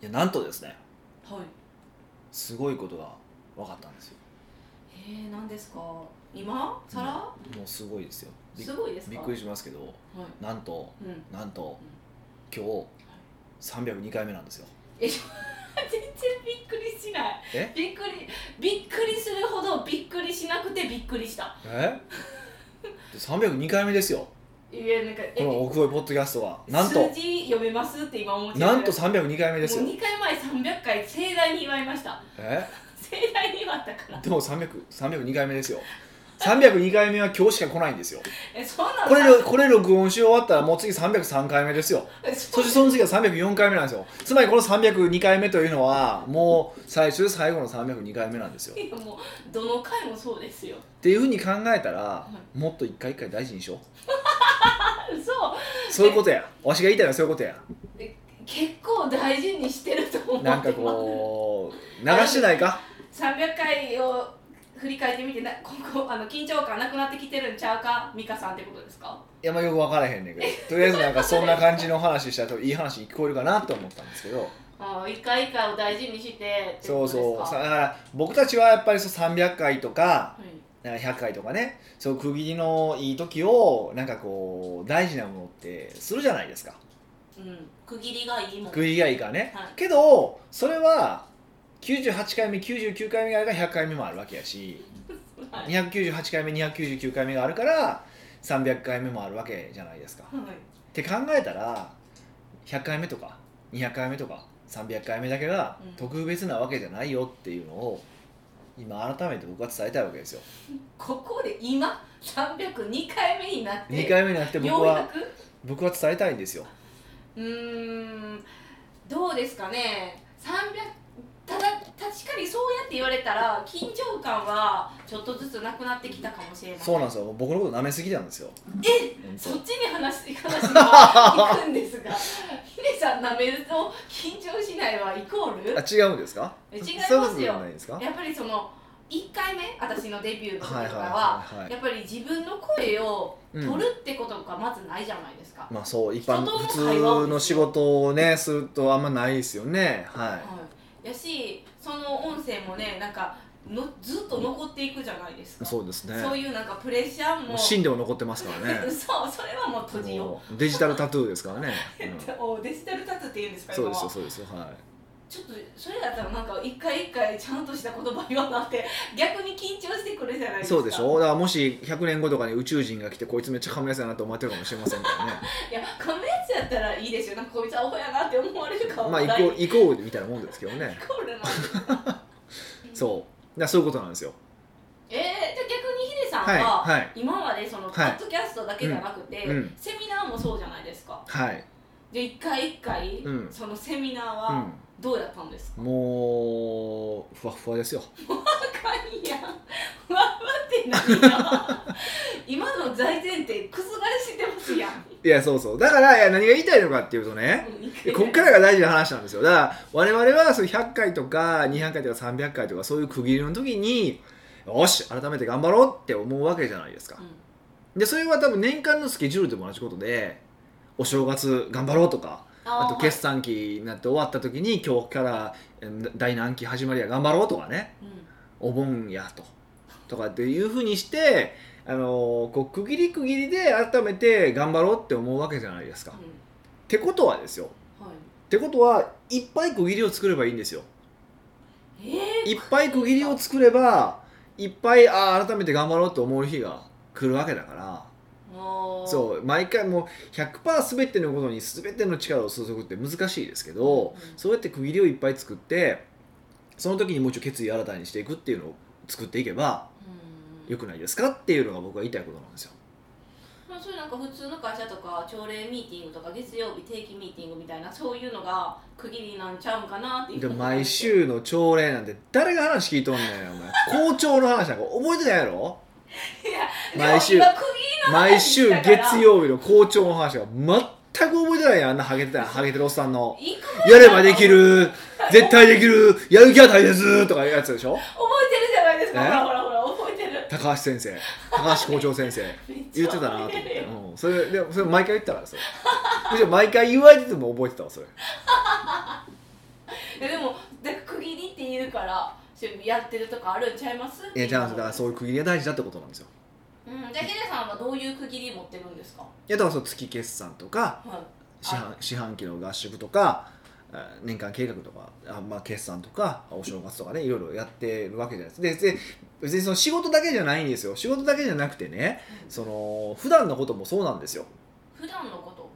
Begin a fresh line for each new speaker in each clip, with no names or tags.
いやなんとですね
はい
すごいことが分かったんですよ
えー、何ですか今さら、
もうすごいですよび
すごいですか
びっくり
し
しますけど
はい
なんと
うん
なんと今日302回目なんですよ
え全然びっくりしない
え
びっくりびっくりするほどびっくりしなくてびっくりした
え302回目ですよ
いやなんか
この
え
奥越えポッドキャストはなんと
数字読めますって今思っちゃっ
な
た
んと
も
302回目
う
ですよ
2回前300回盛大に祝いました
え
盛大に祝ったから
でも300 302回目ですよ302回目は今日しか来ないんですよ
えそんなの
これこれ録音し終わったらもう次303回目ですよ
え
そ
そ
してその次は304回目なんですよつまりこの302回目というのはもう最終最後の302回目なんですよ
いやもうどの回もそうですよ
っていうふうに考えたら
は
もっと一回一回大事にしよう
あ嘘
そういうことやわしが言いたいのはそういうことや
結構大事にしてると思って
な
ま
ん
す
かこう流してないか
300回を振り返ってみてな ここあの緊張感なくなってきてるんちゃうか美香さんってことですか
いやまあよく分からへんねんけどとりあえずなんかそんな感じの話したらいい話に聞こえるかなと思ったんですけど
ああ一回一回を大事にしてって
そ
こ
う
とです
そ
か
うさだから僕たちはやっぱりそう300回とか
はい
なんか100回とかねそう区切りのいい時をなんかこう大事なものってするじゃないですか
うん、区切りがいいもん、はい、
区切りがいいからね
はい
けどそれは98回目99回目があるから100回目もあるわけやし
はい
298回目299回目があるから300回目もあるわけじゃないですかって考えたら100回目とか200回目とか300回目だけが
うん
特別なわけじゃないよっていうのを今改めて僕は伝えたいわけですよ
ここで今302回目になって
2回目になって僕
ようや
は
く
僕は伝えたいんですよ
うーんどうですかね300ただ確かにそうやって言われたら緊張感はちょっとずつなくなってきたかもしれない
そうなんですよ僕のこと舐めすぎたんですよ
え
本当
そっちに話話が行くんで すがヒデさん舐めると緊張しないはイコール
あ違うんですか
え違いますよ
そううことじゃないですか
やっぱりその1回目私のデビューの時とかは,、
いはい
やっぱり自分の声を
うん
取るってことがまずないじゃないですか、
まあそう一般
人との
普
会話を
通の仕事をねするとあんまないですよねは
はい、やしその音声もねなんかのずっと残っていくじゃないです
い
か
そうですね
そういうなんかプレッシャー
も
も
う芯でも残ってますからね
そうそれはもう閉じよ
もうデジタルタトゥーですから ね、
う、
うん
おデジタルタトゥーって言うんですか
そう
今
ですよ
は
そうですよは
ちょっとそれだったらなんか一回一回ちゃんとした言葉言わなくて逆に緊張してくるじゃない
い
です
そ
か
うでしょだからもし100年後とかに宇宙人が来てこいつめっちゃカメラさんなと思ってるかもしれませんからね
いやこのやつやったらいいですよなんかこいつアホやなって思われるかも
まあイコ
ない
ールイコールみたいなもんですけどね
イコールなんですね
そうだからそういうことなんですよ
えー、じゃあ逆にヒデさんは、
はいはい
今までその
い
ポッドキャストだけじゃなくて、
うんうん
セミナーもそうじゃないですか
はい、
で一回一回、
うん
そのセミナーはどうやったんですか、
うん、もうふわっふわですよ
かんやんふわふわって何や今の大前提覆してますやん
いやそうそうだからいや何が言いたいのかっていうとね、でこっからが大事な話なんですよだから我々はそう100回とか200回とか300回とかそういう区切りの時によし改めて頑張ろうって思うわけじゃないですか
う
でそれは多分年間のスケジュールとも同じことでお正月頑張ろうとか
ん
あ
あ
と決算期になって終わった時に今日からえー第何期始まりや頑張ろうとかね
ーはいうん
お盆やととかっていうふうにして、あのーこう区切り区切りで改めて頑張ろうって思うわけじゃないですか。ってことはですよ
うんはい
ってことはいっぱい区切りを作ればいいんですよ
え
いっぱい区切りを作ればいっぱいあー改めて頑張ろうと思う日が来るわけだから
ー、もう
そう毎回もう100%全てのことに全ての力を注ぐって難しいですけど
うん
そうやって区切りをいっぱい作ってその時にもう一度決意を新たにしていくっていうのを作っていけば
うん
よくないですかっていうのが僕は言いたいことなんですよ。
まあ、そういうなんか普通の会社とか朝礼ミーティングとか月曜日定期ミーティングみたいなそういうのが区切りなんちゃうんかなっていう
でも毎週の朝礼なんて誰が話聞いとんねんお前校長の話なんか覚えてないやろ毎週
でも今区
毎週月曜日の校長の話は全く覚えてないやんあんなハゲてたハゲてるおっさんの
切りいくら
やればできる絶対できるやる気は大切とかいうやつでしょ
覚えてるじゃないですか
え
ほらほらほら覚えてる
高橋先生高橋校長先生
めっち
言
ゃ
ってたなと思っ
覚えて
て、
るよ
うん、それでもそれ毎回言ったからそれむしろ毎回言われてても覚えてたわそれ
やでもだから区切りって言うからそういうやってるとかあるんちゃいます
いやじゃあだからそういう区切りが大事だってことなんですよ
うん、じゃあヒデさんはどういう区切り持ってるんですか
いやだからその月決算とか
はい
四半四半期の合宿とかえー年間計画とかあ、まあ、決算とかお正月とかねいろいろやってるわけじゃないですかでで別にその仕事だけじゃないんですよ仕事だけじゃなくてねその普段のこともそうなんですよ
普段のこと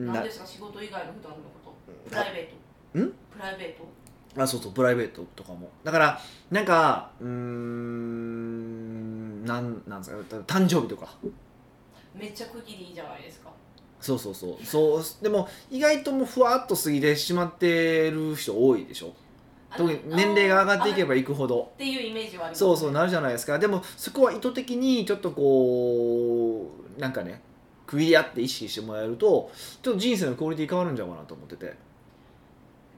な
何ですか仕事以外の普段のことプライベー
ん
トプライベート
あそうそうプライベートとかもだからなんかうーんなんなんですか誕生日とか
めっちゃ区切りいいじゃないですか
そうそうそうそうでも意外ともうふわっと過ぎてしまってる人多いでしょ
あ
特に年齢が上がっていけ
あ
ばいくほど
っていうイメージはあります
そうそうなるじゃないですかでもそこは意図的にちょっとこうなんかね区切り合って意識してもらえるとちょっと人生のクオリティ変わるんじゃないかなと思ってて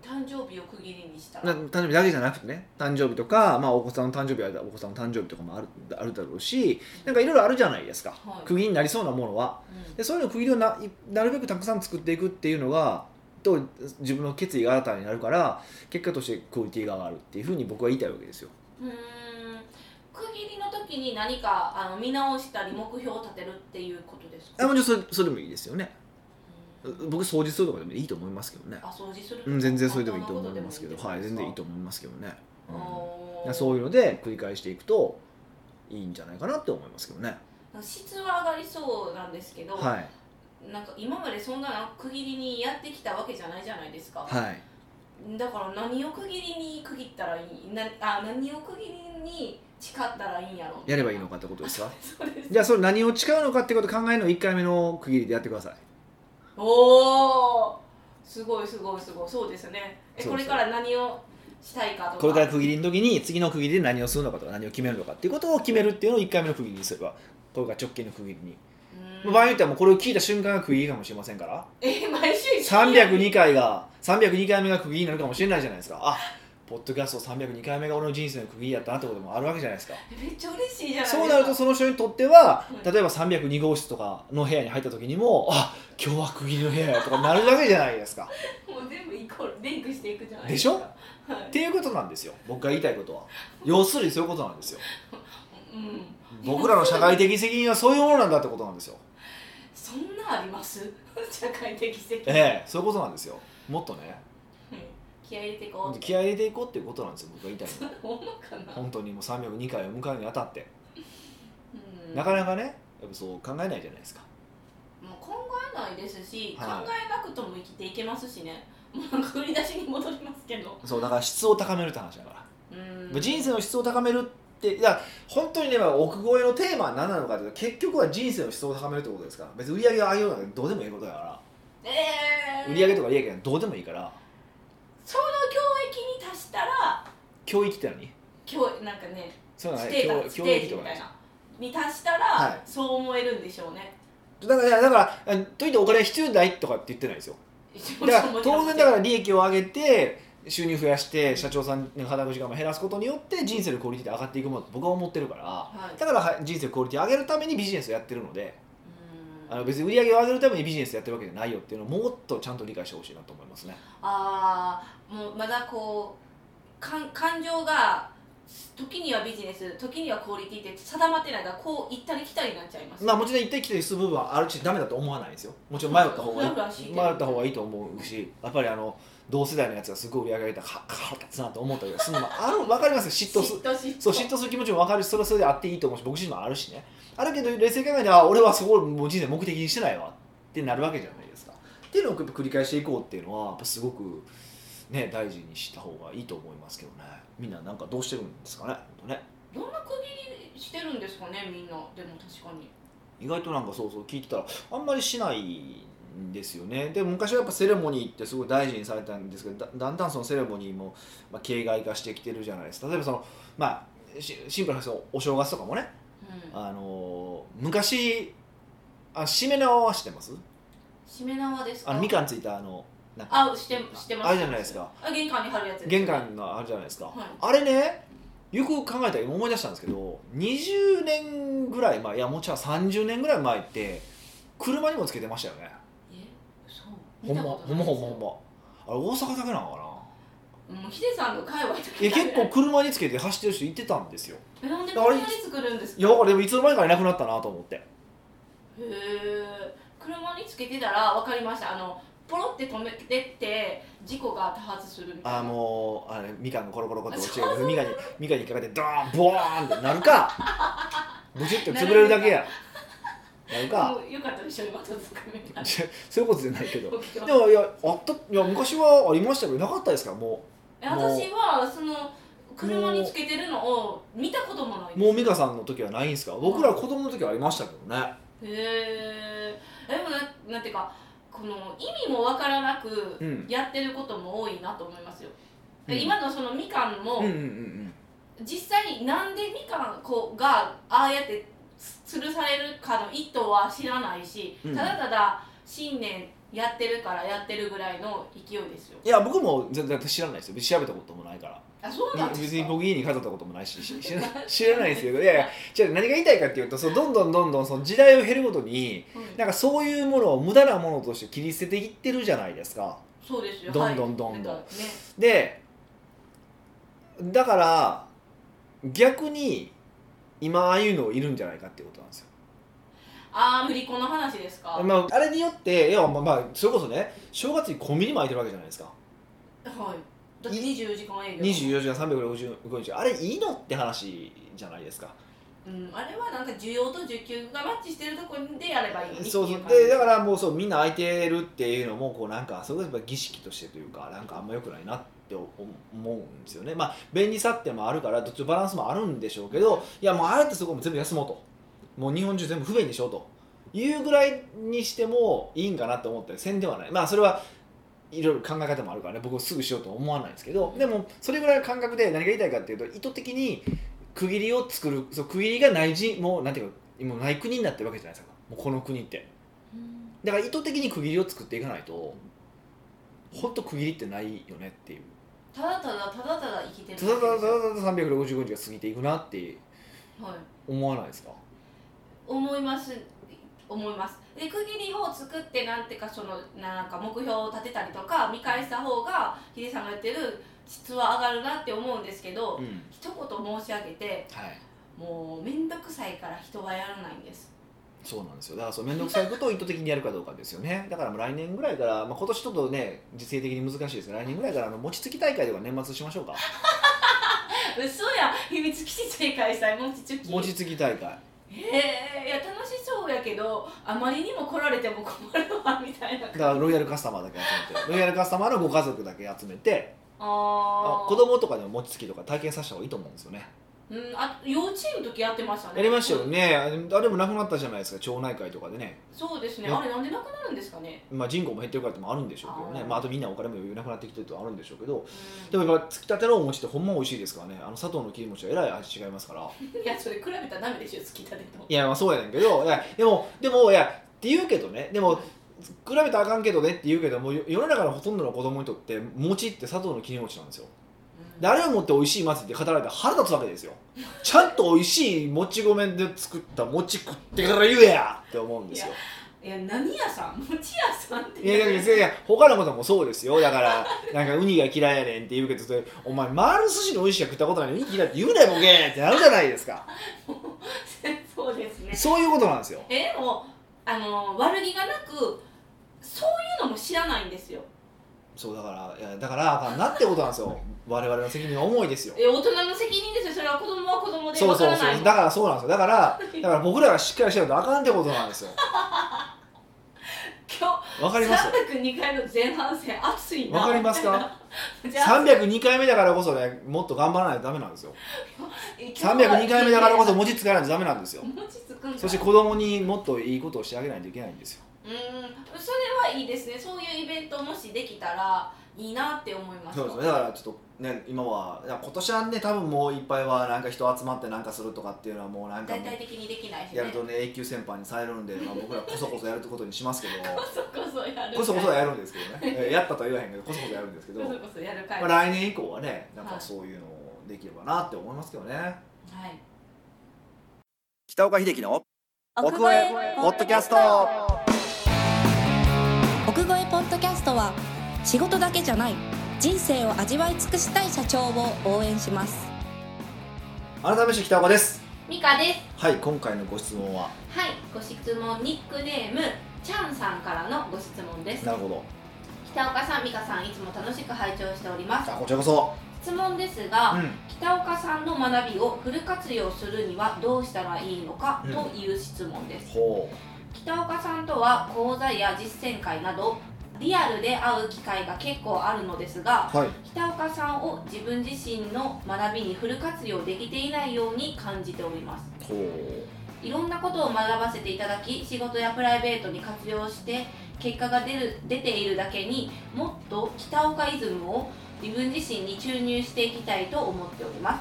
誕生日を区切りにしたら
な誕生日だけじゃなくてね誕生日とか、まあ、お子さんの誕生日はお子さんの誕生日とかもあるあるだろうしなんかいろいろあるじゃないですか、
はい
区切りになりそうなものは
うん
でそういうのを区切りをななるべくたくさん作っていくっていうのがと自分の決意が新たになるから結果としてクオリティが上がるっていうふうに僕は言いたいわけですよ
うーん区切りの時に何かあの見直したり目標を立てるっていうことです
あ
か
もちろんそれそれでもいいですよね
うん
僕掃除するとかでもいいと思いますけどね
あ掃除する
うん全然それでもいいと思いますけど
簡単
はい
なことで
全
も
然いい
んじ
と思いますけどね、
ゃないですか
うん、
あー
そういうので繰り返していくといいんじゃないかなって思いますけどね
質は上がりそうなんですけど、
はい
なんか今までそんなの区切りにやってきたわけじゃないじゃないですか、
はい
だから何を区切りに区切ったらいいなあ何を区切りに誓ったらいいんやろ
やればいいのかってことですか
そうです
じゃあそれ何を誓うのかってことを考えるのを1回目の区切りでやってください
おおすごいすごいすごいそうですねえ
そうそう
これから何をしたいかとか
これから区切りの時に次の区切りで何をするのかとか何を決めるのかっていうことを決めるっていうのを1回目の区切りにすればこれが直近の区切りに、
うーん
場合によってはもうこれを聞いた瞬間が区切りかもしれませんから
え毎週
302回が302回目が区切りになるかもしれないじゃないですかあポッドキャスト302回目が俺の人生の区切りやったなってこともあるわけじゃないですか
えめっちゃ嬉しいじゃないですか
そうなるとその人にとっては
うん
例えば302号室とかの部屋に入った時にもあ今日は区切りの部屋やとかなるわけじゃないですか
もう全部イコールリンクしていくじゃない
でしょ
かはい
っていうことなんですよ僕が言いたいことは要するにそういうことなんですよ
うん
僕らの社会的責任はそういうものなんだってことなんですよ
そんなあります 社会的責任、
ええそういうことなんですよもっとね
うん気合い入れていこう
気合い入れていこうっていうことなんですよ僕が言いたいのは
ほんまかな、
本当にもう302回を迎えるにあたって
うん、
なかなかねやっぱそう考えないじゃないですか
もう考えないですし、
はい
考えなくとも生きていけますしねもうなんか振り出しに戻りますけど
そうだから質を高めるって話だから、
うん
人生の質を高めるっていや本当にねまあ奥越えのテーマは何なのかっていうと結局は人生の質を高めるってことですから別に売り上げを上げようなんてどうでもいいことだから、
えー、
売り上げとか利益なんてどうでもいいから
その教育に達したら
教育って何
教なんかね
そういうのは
ス
ね
テー
教
タス
教
テー
育
ジ
と
み
か
た
ね
いなに達したら、
はい
そう思えるんでしょうね
だからいやだからあといってお金は必要ないとかって言ってないですよだから当然だから利益を上げて収入増やして社長さんの働く時間も減らすことによって人生のクオリティって上がっていくものだと僕は思ってるから
はい、
だからは人生のクオリティを上げるためにビジネスをやってるので
うん
あの別に売り上げを上げるためにビジネスやってるわけじゃないよっていうのをもっとちゃんと理解してほしいなと思いますね
あーもうまだこうかん感情が時にはビジネス時にはクオリティって定まってないからこう行ったり来たりになっちゃいます、
まあもちろん行ってきてる部分はあるしダメだと思わないですよもちろん迷った 方がいい
そうらし
迷
い
った方がいいと思うしやっぱりあの同世代のやつがすごい売り上げ上げたらは腹立つなと思ったりはするのもある分かりますよ嫉妬す
嫉妬嫉妬
そう嫉妬する気持ちも分かるしそれはそれであっていいと思うし僕自身もあるしねあるけど冷静に考えたらあ俺はそこをもう人生目的にしてないわってなるわけじゃないですかっていうのをやっぱ繰り返していこうっていうのはやっぱすごくね大事にした方がいいと思いますけどねみんななんかどうしてるんですかねほんとね
どんな区切りしてるんですかねみんなでも確かに
意外となんかそうそう聞いてたらあんまりしないんですよねでも昔はやっぱセレモニーってすごい大事にされたんですけどだだんだんそのセレモニーも、まあ、形骸化してきてるじゃないですか例えばそのまあしシンプルな話お正月とかもね
うん
あのー昔あ締め縄は知ってます
しめ縄ですか
あのみかんついたあのなんか
あしてしてます
あれじゃないですか
あ玄関に貼るやつです
玄関のあるじゃないですか、
はい
あれねよく考えたら今思い出したんですけど20年ぐらい前いやもちろん30年ぐらい前って車にもつけてましたよね
えそう
ほんま
見たこ
ほんま
とない
ほんまほんまあれ大阪だけなのかな
もうヒデさんの界隈とか
いや結構車につけて走ってる人いてたんですよ
えなんでこんなに作るんです
いや
か
だからでもいつの間にかいなくなったなと思って
へえ車につけてたら分かりましたあのポロって止めてって事故が多発するみたいな
あーもうあれみかんがコロコロコって落ちる
そうそう
みかんにみかんに引っかかってドーンボーンってなるかブチュって潰れるだけやなるか
もうよかったでしょ今ちょっとつかめた
ちょそういうことじゃないけど
起きてます
でもいやあったいや昔はありましたけどなかったですからも
え私はその車につけてるのを見たこともないう
もう美香さんの時はないんですか僕ら子供の時はありましたけどね
へえでもななんていうかこの意味も分からなく
うん
やってることも多いなと思いますよ、で
うん
今のそのみかんも、
うんうんうん
実際なんでみかんこがああやってつ吊るされるかの意図は知らないし、
うん
ただただ新年やってるからやってるぐらいの勢いですよ
いや僕も全然知らないですよ調べたこともないから
あそうなんですか
別に僕家に飾ったこともないしし知ら知らないですけどいやいやじゃあ何が言いたいかっていうとそうどんどんどんどんその時代を経るごとに
うん
なんかそういうものを無駄なものとして切り捨てていってるじゃないですか
そうですよ
どんどんどんどん
はいなかね
でだから逆に今ああいうのいるんじゃないかっていうことなんですよ
ああ振り子の話ですか、
まあ、あれによっていや、まあまあ、それこそね正月にコンビニも開いてるわけじゃないですか
はいだって24時間営業
24時間365日あれいいのって話じゃないですか
うん、あれはなんか需要と需給がマッチしてるところでやればいいのにってい
そうそう
感じ
でだからもうそうみんな空いてるっていうのもこうなんかそれがやっぱ儀式としてというかなんかあんま良くないなって思うんですよねまあ便利さってもあるからどっちのバランスもあるんでしょうけどいやもうあえてそこも全部休もうともう日本中全部不便にしようというぐらいにしてもいいんかなと思ってせんではないまあそれはいろいろ考え方もあるからね僕すぐしようとは思わないんですけどでもそれぐらいの感覚で何が言いたいかっていうと意図的に区切りを作るそう区切りがないじもうなんていうかもうない国になってるわけじゃないですかもうこの国って
うん
だから意図的に区切りを作っていかないと本当区切りってないよねっていう
ただただただただ生きてる
ただただただただ365日が過ぎていくなって
はい
思わないですか
思います思いますで区切りを作ってなんていうかそのなんか目標を立てたりとか見返した方がヒデさんが言ってる質は上がるなって思うんですけど、
うん
一言申し上げて
はい
もう面倒くさいから人はやらないんです
そうなんですよだからそう面倒くさいことを意図的にやるかどうかですよねだからもう来年ぐらいから、まあ、今年ちょっとね時勢的に難しいですけど来年ぐらいからあの餅つき大会とか年末しましょうか
嘘や秘密基地正解したいもちちき
餅つき大会
へえいや楽しそうやけどあまりにも来られても困るわみたいな
だからロイヤルカスタマーだけ集めてロイヤルカスタマーのご家族だけ集めて
あ
あ
ー
子供とかでも餅つきとか体験させた方がいいと思うんですよね
うんあ幼稚園の時やってましたね
やりましたよねあれあれもなくなったじゃないですか町内会とかでね
そうですね
ね
あれなんでなくなるんですかね
まあ、人口も減ってるからってのもあるんでしょうけどね
あー
まあ、あとみんなお金も余裕なくなってきてるとはあるんでしょうけど
うん
でもやっぱつきたてのお餅ってほんま美味しいですからねあの佐藤の切り餅はえらい味違いますから
いやそれ比べたらダメでしょ好きだねと
いやまあそうやねんけどいやでもでもいやって言うけどねでも比べたらあかんけどねって言うけどもう世の中のほとんどの子供にとって餅って佐藤の切り餅なんですよであれを持って美味しい祭りって語られたら腹立つわけですよちゃんと美味しいもち米で作った餅食ってから言えやって思うんですよ
いや何屋さん餅屋さんって
いやいやいやいや他のこともそうですよだからなんかウニが嫌いやねんって言うけどそれお前回る寿司の美味しいしか食ったことないのにウニ嫌いって言うなよボケーってなるじゃないですか
そうですね
そういうことなんですよ
えでもあの悪気がなくそういうのも知らないんですよ
そうだからいやだからあかんなってことなんです よ我々の責任は重いですよ
え大人の責任ですよそれは子供は子供で
そ
わ
う
か
そ
ら
う
な
そ
いう
だからそうなんですよだ からだから僕らがしっかりしないとあかんってことなんですよ
今
わかり ます
日302回の前半戦暑いな
わかりますか
じゃあ
302回目だからこそねもっと頑張らないとダメなんですよ
今日は
302回目だからこそ餅つかないとダメなんですよ
餅つくんだ
そして子供にもっといいことをしてあげないといけないんですよ
うーんそれはいいですねそういうイベントもしできたらいいなって思います
そうですねだからちょっとね今はだから今年はね多分もういっぱいはなんか人集まってなんかするとかっていうのはもうなんかも
全体
う
的にできないしね
やるとね永久戦犯にされるんで、まあ、僕らこそこそやるってことにしますけど
こそこそやる
こそこそやるんですけどねえやったとは言わへんけどこそこそやるんですけど、
こそ
ま
こそやる会
あ、来年以降はねなん
は
か
い
そういうのをできればなって思いますけどね
はい
北岡秀樹の
奥越えポッドキャスト奥越えポッドキャストは仕事だけじゃない
人生を味わい尽くしたい社長を応援します
改めまして北岡です
ミカです
はい今回のご質問は
はいご質問ニックネームチャンさんからのご質問です
なるほど
北岡さん美香さんいつも楽しく拝聴しております
あこちらこそ
質問ですが、
うん
北岡さんの学びをフル活用するにはどうしたらいいのか
うん
という質問です、
ほ
北岡さんとは講座や実践会などリアルで会う機会が結構あるのですが
うはい
北岡さんを自分自身の学びにフル活用できていないように感じております
ほう
いろんなことを学ばせていただき仕事やプライベートに活用して結果が出る出ているだけにもっと北岡イズムを自分自身に注入していきたいと思っております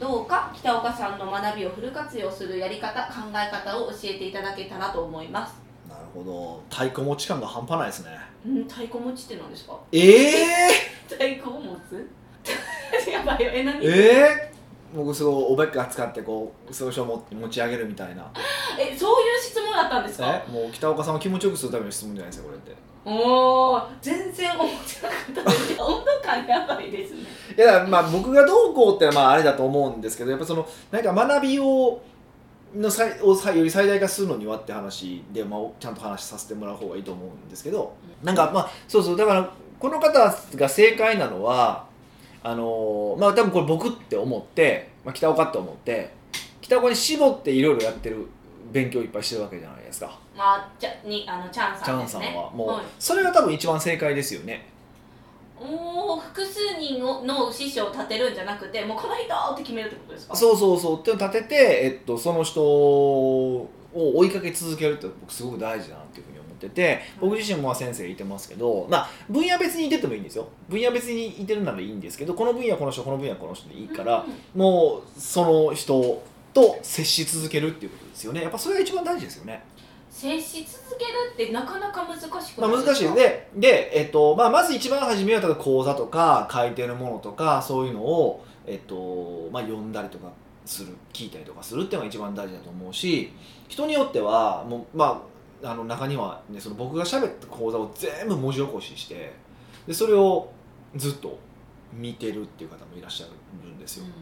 どうか北岡さんの学びをフル活用するやり方考え方を教えていただけたらと思います
なるほど太鼓持ち感が半端ないですね
うん太鼓持ちって何ですか
え
太鼓を持つ やばいよえ 何
ー、えー、僕すごいおべっか使ってこう少々持持ち上げるみたいな
えそういう質問だったんですか
えもう北岡さんを気持ちよくするための質問じゃないですよこれって
おお全然思ってなかったです温度感やばいですね
いやまあ僕がどうこうってのはまああれだと思うんですけどやっぱそのなんか学びをのさいをさより最大化するのにはって話で、まあ、ちゃんと話させてもらう方がいいと思うんですけどなんかまあそうそうだからこの方が正解なのはあのーまあ多分これ僕って思って、まあ、北岡って思って北岡に絞っていろいろやってる勉強いっぱいしてるわけじゃないですか
まあちゃにあのチャン
チ
さ
ャ
ん
ン
です
さん
ね
はもう、
はい
それが多分一番正解ですよね
おお複数人をの師匠を立てるんじゃなくてもうこの人って決めるってことですか
そうそうそうっていうのを立てて、えっと、その人を追いかけ続けるって僕すごく大事だなっていうふうに思ってて僕自身もまあ先生がいてますけど、まあ、分野別にいててもいいんですよ分野別にいてるならいいんですけどこの分野この人この分野この人でいいから、
うん
もうその人と接し続けるっていうことですよねやっぱそれが一番大事ですよね、
接し続けるってなかなか難しくないですか
まあ、難しいでで、えっとまあ、まず一番初めは例えば講座とか書いてるものとかそういうのを、えっとまあ、読んだりとかする聞いたりとかするっていうのが一番大事だと思うし人によってはもう、まあ、あの中には、ね、その僕が喋った講座を全部文字起こししてでそれをずっと見てるっていう方もいらっしゃるんです
う
よ
ん。うん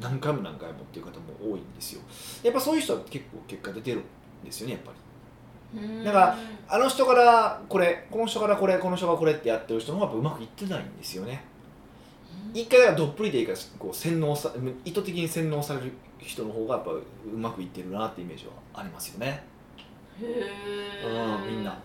何回も何回もっていう方も多いんですよやっぱそういう人は結構結果出てるんですよねやっぱり
うん
だからあの人からこれこの人からこれこの人がこれってやってる人の方がやっぱうまくいってないんですよね一回だからどっぷりでいいからこう洗脳さ意図的に洗脳される人の方がやっぱうまくいってるなってイメージはありますよね
へえ
うんみんな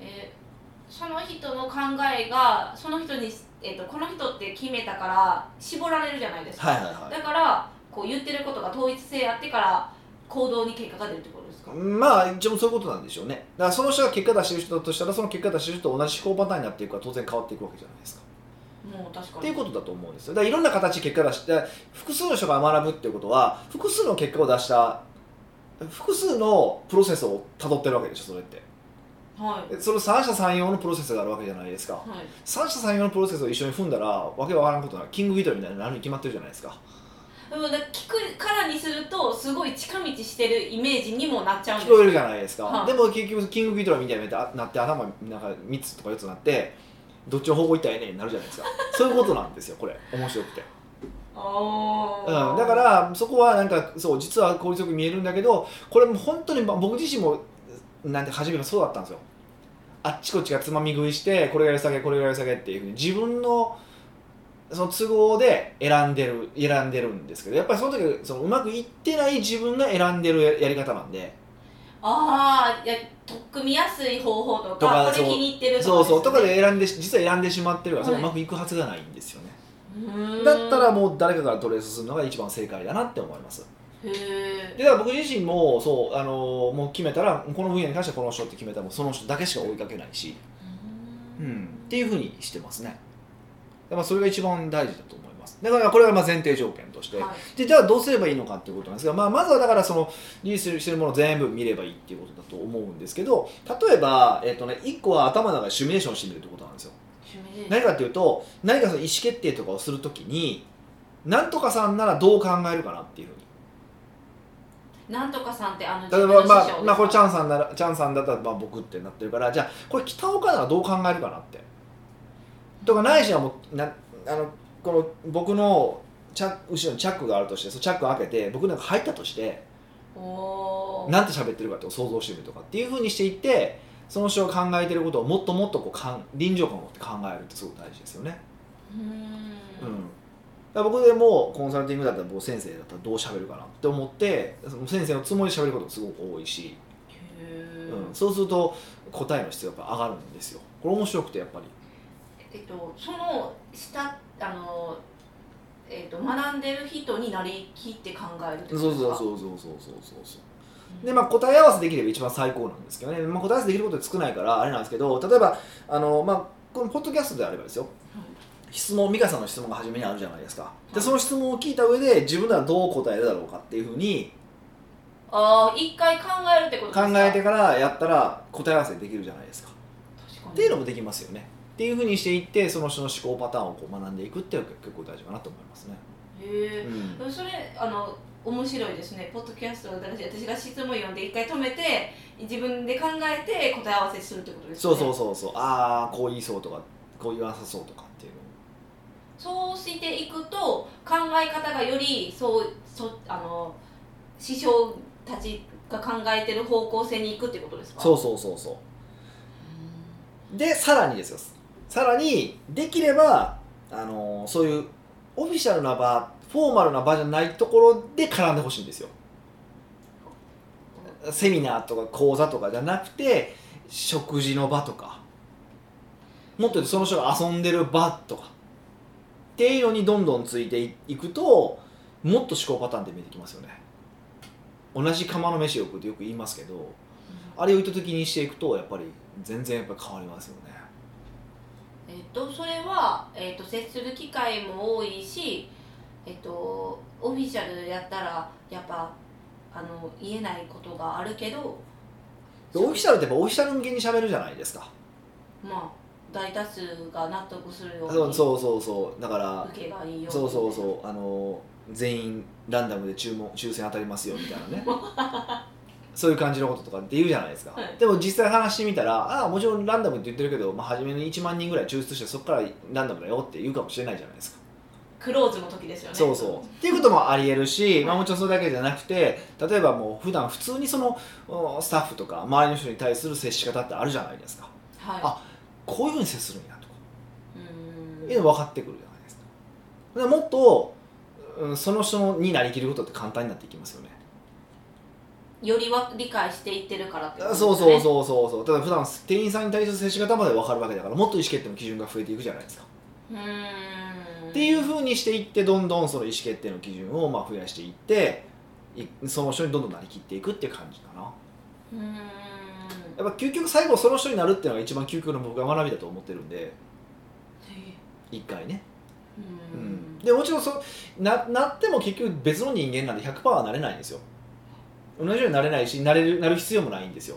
えーその人の考えがその人に、えー、とこの人って決めたから絞られるじゃないですか、
はいはいは
だからこう言ってることが統一性あってから行動に結果が出るってことですか、
いまあ一応そういうことなんでしょうねだからその人が結果出してる人だとしたらその結果出してる人と同じ思考パターンになっていくから当然変わっていくわけじゃないですか
もう確かに
っていうことだと思うんですよだからいろんな形で結果出してだから複数の人が学ぶっていうことは複数の結果を出した複数のプロセスをたどってるわけでしょそれって
はい
でその三者三様のプロセスがあるわけじゃないですか
はい
三者三様のプロセスを一緒に踏んだらわけわからんことなキングギドラみたいになるに決まってるじゃないですか
でもだ聞くからにするとすごい近道してるイメージにもなっちゃうん
聞
です
こえるじゃないですか、
はい
でも結局キングギドラみたいになって頭なんか3つとか4つになってどっちの方向行ったらええねんになるじゃないですかそういうことなんですよこれ面白くて
あー
うん、だからそこはなんかそう実は効率よく見えるんだけどこれも本当にまあ僕自身もなんて初めはそうだったんですよあっちこっちがつまみ食いしてこれが良さげこれが良さげっていうふうに自分のその都合で選んでる選んでるんですけどやっぱりその時そのうまくいってない自分が選んでるややり方なんで
あーいや取っ組みやすい方法と
と
か
か
これ気に入ってる
そうそうとか
ですね
で選んでし実は選んでしまってるからそれ
は
う
い
まくいくはずがないんですよね、
うーん
だったらもう誰かからトレースするのが一番正解だなって思います
へえ
でだから僕自身もそう、あのーもう決めたらこの分野に関してはこの人って決めたらもうその人だけしか追いかけないし、っていうふうにしてますねだからそれが一番大事だと思いますだからこれがまあ前提条件として、
はい
でじゃあどうすればいいのかっていうことなんですが、まあ、まずはだからそのリリースしてるものを全部見ればいいっていうことだと思うんですけど例えば、えっとね、1個は頭の中でシミュレーションしてみるってことなんですよ
シミュレーション
何かっていうと何かその意思決定とかをするときになんとかさんならどう考えるかなっていうふうに
なんとかさんってあの
例えば、ま
自分の師匠です
あ
か
まあ、これチャンさんならチャンさんだったらまあ僕ってなってるからじゃあこれ北岡ならどう考えるかなって
う
とかないしはもうなあのこの僕のチャ後ろにチャックがあるとしてそのチャックを開けて僕なんか入ったとして
おー
なんて喋ってるかって想像してみるとかっていうふうにしていってその人が考えてることをもっともっとこうかん臨場感を持って考えるってすごく大事ですよね。
うー
うん
ん
だから僕でもコンサルティングだったら僕先生だったらどう喋るかなって思ってその先生のつもりで喋ることがすごく多いし、
へ
う
ー
んそうすると答えの質がやっぱ上がるんですよこれ面白くてやっぱり
えっと、その下あの、えっと、学んでる人になりきって考えるって
そうそう
ことです
そう
か
そうそうそうそうそう
うん
でまあ答え合わせできれば一番最高なんですけどね、まあ、答え合わせできることって少ないからあれなんですけど例えばあのまあこのポッドキャストであればですよ質問美香さんの質問が初めにあるじゃないですかでその質問を聞いた上で自分ならどう答えるだろうかっていうふうに
ああ一回考えるってことです
考
か
えてからやったら答え合わせできるじゃないですか
確かに
っていうのもできますよねっていうふうにしていってその人の思考パターンをこう学んでいくっていうのが結構大事かなと思いますね、
へえ
うん
それあの面白いですねポッドキャストの私私が質問読んで一回止めて自分で考えて答え合わせするってことです
そ
ね
うそうそうそうああこう言いそうとかこう言わなさそうとかっていうの
そうしていくと考え方がよりそうそあの師匠たちが考えてる方向性に行くってことですか
そうそうそうそうでさらにですよさらにできれば、あのーそういうオフィシャルな場フォーマルな場じゃないところで絡んでほしいんですよセミナーとか講座とかじゃなくて食事の場とかもっと言うとその人が遊んでる場とかっていうのにどんどんついていくともっと思考パターンって見えてきますよね同じ釜の飯を食うってよく言いますけどあれを意図的にしていくとやっぱり全然やっぱ変わりますよね
えっと、それは、えっと、接する機会も多いし、えっと、オフィシャルやったらやっぱあの言えないことがあるけど
でオフィシャルってやっぱオフィシャル向けに喋るじゃないですか
まあ大多数が納得するように
そうそうそうそうだから
受けがいいよ
そうそう
う
そうあの全員ランダムで注文抽選当たりますよみたいなね そういう感じのこととかって言うじゃないですか、
はい
でも実際話してみたらああもちろんランダムって言ってるけど、まあ、初めに1万人ぐらい抽出してそこからランダムだよって言うかもしれないじゃないですか
クローズの時ですよね
そうそうっていうこともありえるし、まあ、もちろんそれだけじゃなくて例えばもう普段普通にそのうんスタッフとか周りの人に対する接し方ってあるじゃないですか
はい
あこういうふうに接するんやとか
う
っ
ーん
ていうの分かってくるじゃないですかだからもっと、うん、その人になりきることって簡単になっていきますよね
よりは理解していってるからってことです
そ
ね
うそうそうそうそうただ普段店員さんに対する接し方まで分かるわけだからもっと意思決定の基準が増えていくじゃないですか、
うーん
っていうふうにしていってどんどんその意思決定の基準をまあ増やしていっていその人にどんどんなりきっていくっていう感じかな
うーん
やっぱ究極最後その人になるっていうのが一番究極の僕が学びだと思ってるんで一回ね、
う
うん
ーん
でもちろんそななっても結局別の人間なんで100%はなれないんですよ同じようになれないしなれるなる必要もないんですよ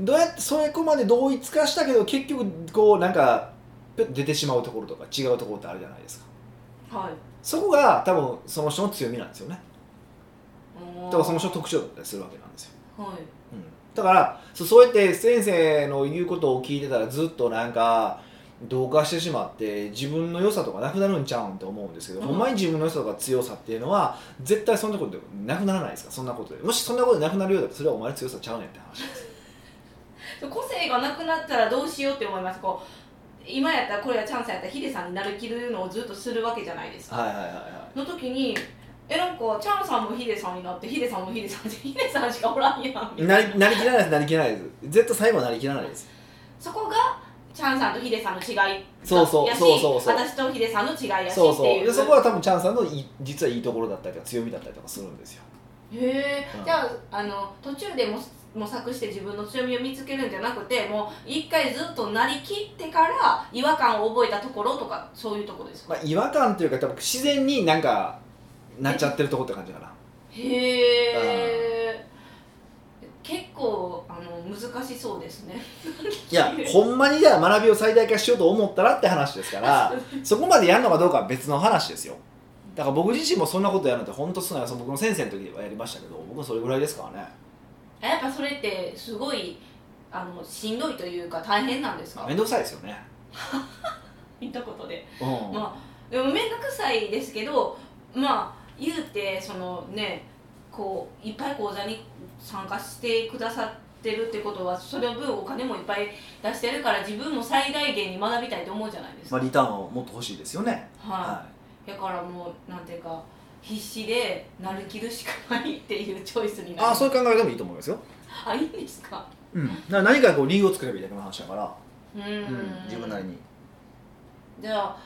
どうやってそれこまで同一化したけど結局こうなんかペッと出てしまうところとか違うところってあるじゃないですか
はい
そこが多分その人の強みなんですよね
お
だ
ー
からその人の特徴だったりするわけなんですよ
は
う
い
んだからそそうやって先生の言うことを聞いてたらずっとなんか同化してしまって自分の良さとかなくなるんちゃうんって思うんですけど、
うん
ほんまに自分の良さとか強さっていうのは絶対そんなことでなくならないですからそんなことでもしそんなことでなくなるようだったらそれはお前の強さちゃうねんって話です
個性がなくなったらどうしようって思いますこう今やったらこれはチャンスやったらヒデさんになるきるのをずっとするわけじゃないですか、
はいはいはいは
の時にえなんかチャンさんもヒデさんになってヒデさんもヒデさんでヒデさんしかおらんやんみ
い
た
ないりな
な
りきらないですなりきらないです絶対最後はなりきらないです
そこがチャンさんとヒデさんの違いだ
そうそう
やし
そうそうそう
私とヒデさんの違いやしってい
そう
う
そうでそこは多分チャンさんのいい実はいいところだったりとか強みだったりとかするんですよ
へえ、
うん
じゃああの途中でも模索して自分の強みを見つけるんじゃなくてもう一回ずっとなりきってから違和感を覚えたところとかそういうところですか、
まあ違和感というか多分自然になんかなっちゃってるところって感じかな
へえ結構あの難しそうですね
いや、ほんまにじゃあ学びを最大化しようと思ったらって話ですから、 そこまでやるのかどうかは別の話ですよ。だから僕自身もそんなことやるのって本当少ないです僕の先生の時はやりましたけど、僕はそれぐらいですからね。
やっぱそれってすごいあのしんどいというか大変なんですか
めんどくさいですよね。
一言で
うん
まあでも面倒くさいですけどまあ言うてそのねこういっぱい講座に参加してくださってるってことはその分お金もいっぱい出してるから自分も最大限に学びたいと思うじゃないです
ま
か、
あ、リターンをもっと欲しいですよね、
はい
は
だからもうなんていうか必死でなりきるしかないっていうチョイスに
い、
なる
あそういう考えでもいいと思いますよ、
あいいんですか
うん、だから何かこう理由を作ればいいだけの話だから、
う
うん自分なりに
じゃあ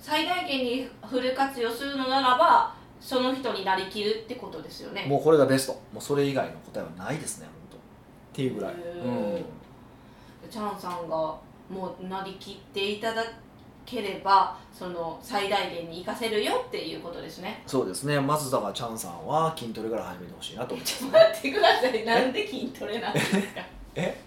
最大限にフル活用するのならばその人になりきるってことですよね
もうこれがベストもうそれ以外の答えはないですね本当っていうぐらい、
へ
うん
ー、チャンさんがもうなりきっていただければその最大限に活かせるよっていうことですね
そうですねまずだからチャンさんは筋トレから始めてほしいなと思いま
ち
す
ょっ
ね
と 待ってくださいなんで筋トレなんですか
え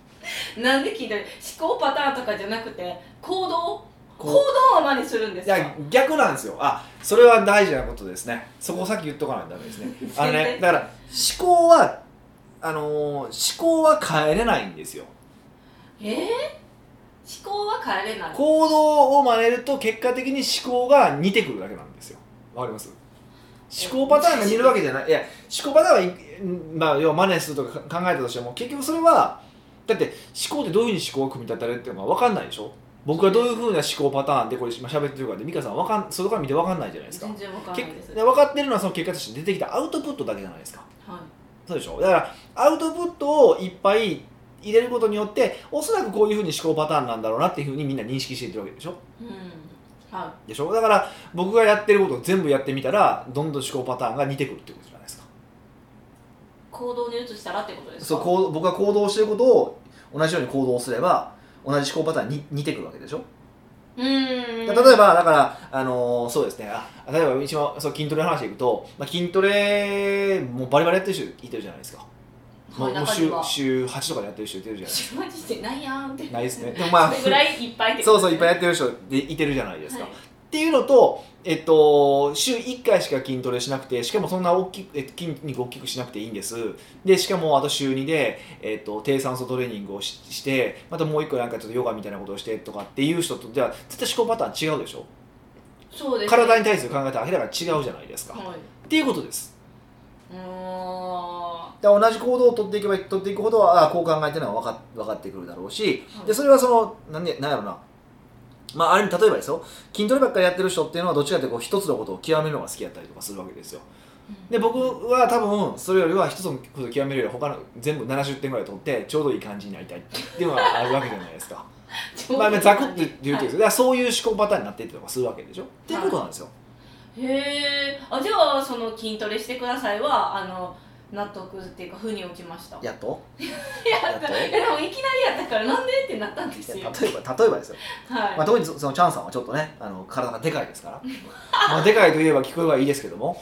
なんで筋トレ思考パターンとかじゃなくて行動行
こう
動を何するんです
い
か
や逆なんですよあそれは大事なことですねそこをさっき言っとかないとダメですねあのねだから思考はあのー思考は変えれないんですよ
えー、思考は変えれない
行動を真似ると結果的に思考が似てくるだけなんですよわかります思考パターンが似るわけじゃないいや思考パターンはいまあ、要は真似するとか考えたとしても結局それはだって思考ってどういうふうに思考を組み立てられるっていうのが分かんないでしょ僕がどういうふうな思考パターンでこれ今喋ってるかで美香さんわかん外から見て分かんないじゃないですか
全然わかんないです
結で分かってるのはその結果として出てきたアウトプットだけじゃないですか
はい
そうでしょだからアウトプットをいっぱい入れることによっておそらくこういうふうに思考パターンなんだろうなっていうふうにみんな認識していってるわけでしょ
うんは
でしょだから僕がやってることを全部やってみたらどんどん思考パターンが似てくるってことじゃないですか
い行動に移したらってことです
そ
か
うこう僕が行動してることを同じように行動すれば同じ思考パターンに似てくるわけでしょ
うーん
例えばだから、あのーそうですねあ例えば一番そう筋トレの話でいくと、まあ、筋トレもうバリバリやってる人いてるじゃないですかも
はい、
うもう
中に
週
は
週8とかでやってる人いてるじゃないです
マジでないやんって
かないですねでもまあ
それぐらいいっぱいって
そうそういっぱいや
っ
ってる人でいてるじゃないですか、
はい
っていうのと、えっと、週1回しか筋トレしなくてしかもそんな大きく、えっと、筋肉大きくしなくていいんですでしかもあと週2で、えっと、低酸素トレーニングをししてまたもう一個なんかちょっとヨガみたいなことをしてとかっていう人とじゃあ絶対思考パターン違うでしょ
そうです
体
に
に対する考え方明らかに違うじゃないですか、
はい
っていうことです
うーん
だから同じ行動を取っていけば取っていくほどああこう考えてるのは分か分かってくるだろうし、
はい
でそれはその何でなんやろうなまあある意味例えばですよ筋トレばっかりやってる人っていうのはどっちかというとこう一つのことを極めるのが好きだったりとかするわけですよで僕 は多分それよりは一つのことを極めるより他の全部70点ぐらい取ってちょうどいい感じになりたいっていうのがあるわけじゃないです かまあまあざくって言うとですよだからそういう思考パターンになっていったりとかするわけでしょっていうことなんですよ
へえあじゃあその筋トレしてくださいはあの納得っていうか腑に落ちましたいや
やっと やっと
いやでもいきなりやったからなんでってなったんです
い
よ
や例えば例えばですよ
はい、
まあ、特にそそのチャンさんはちょっとねあの体がでかいです からまあでかいといえば聞こえはいいですけども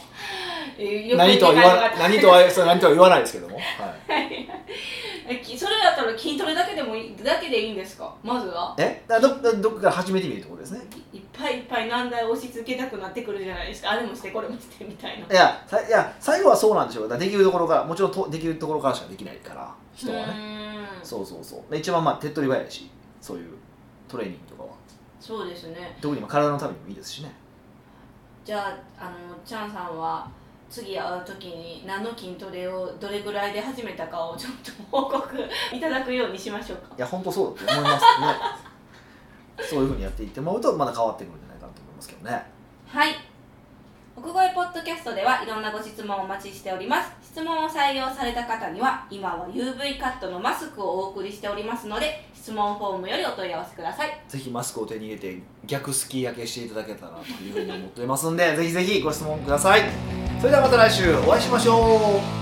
えーよく
何とは言わ
理解
な
が
何とはそう何とは言わないですけども、はい、
えきそれだったら筋トレだけでもいいだけでいいんですかまずは
えだどどどっから始めてみるところですね
いっぱいいっぱい難題を押し付けたくなってくるじゃないですかあれもしてこれもしてみたいない
やさいや最後はそうなんでしょうだからできるところからもちろんとできるところからしかできないから人はね
うーん
そうそうそうで一番まあ手っ取り早いしそういうトレーニングとかは
そうですね
特にまあ体のためにもいいですしね
じゃああのチャンさんは次会う時に何の筋トレをどれぐらいで始めたかをちょっと報告いただくようにしましょうか
いや本当そうだと思います ねそういうふうにやっていってもらうとまだ変わってくるんじゃないかなと思いますけどね
はい奥越ポッドキャストではいろんなご質問をお待ちしております質問を採用された方には今は UV カットのマスクをお送りしておりますので質問フォームよりお問い合わせください
ぜひマスクを手に入れて逆スキー焼けしていただけたらというふうに思っておりますんでぜひぜひご質問くださいそれではまた来週お会いしましょう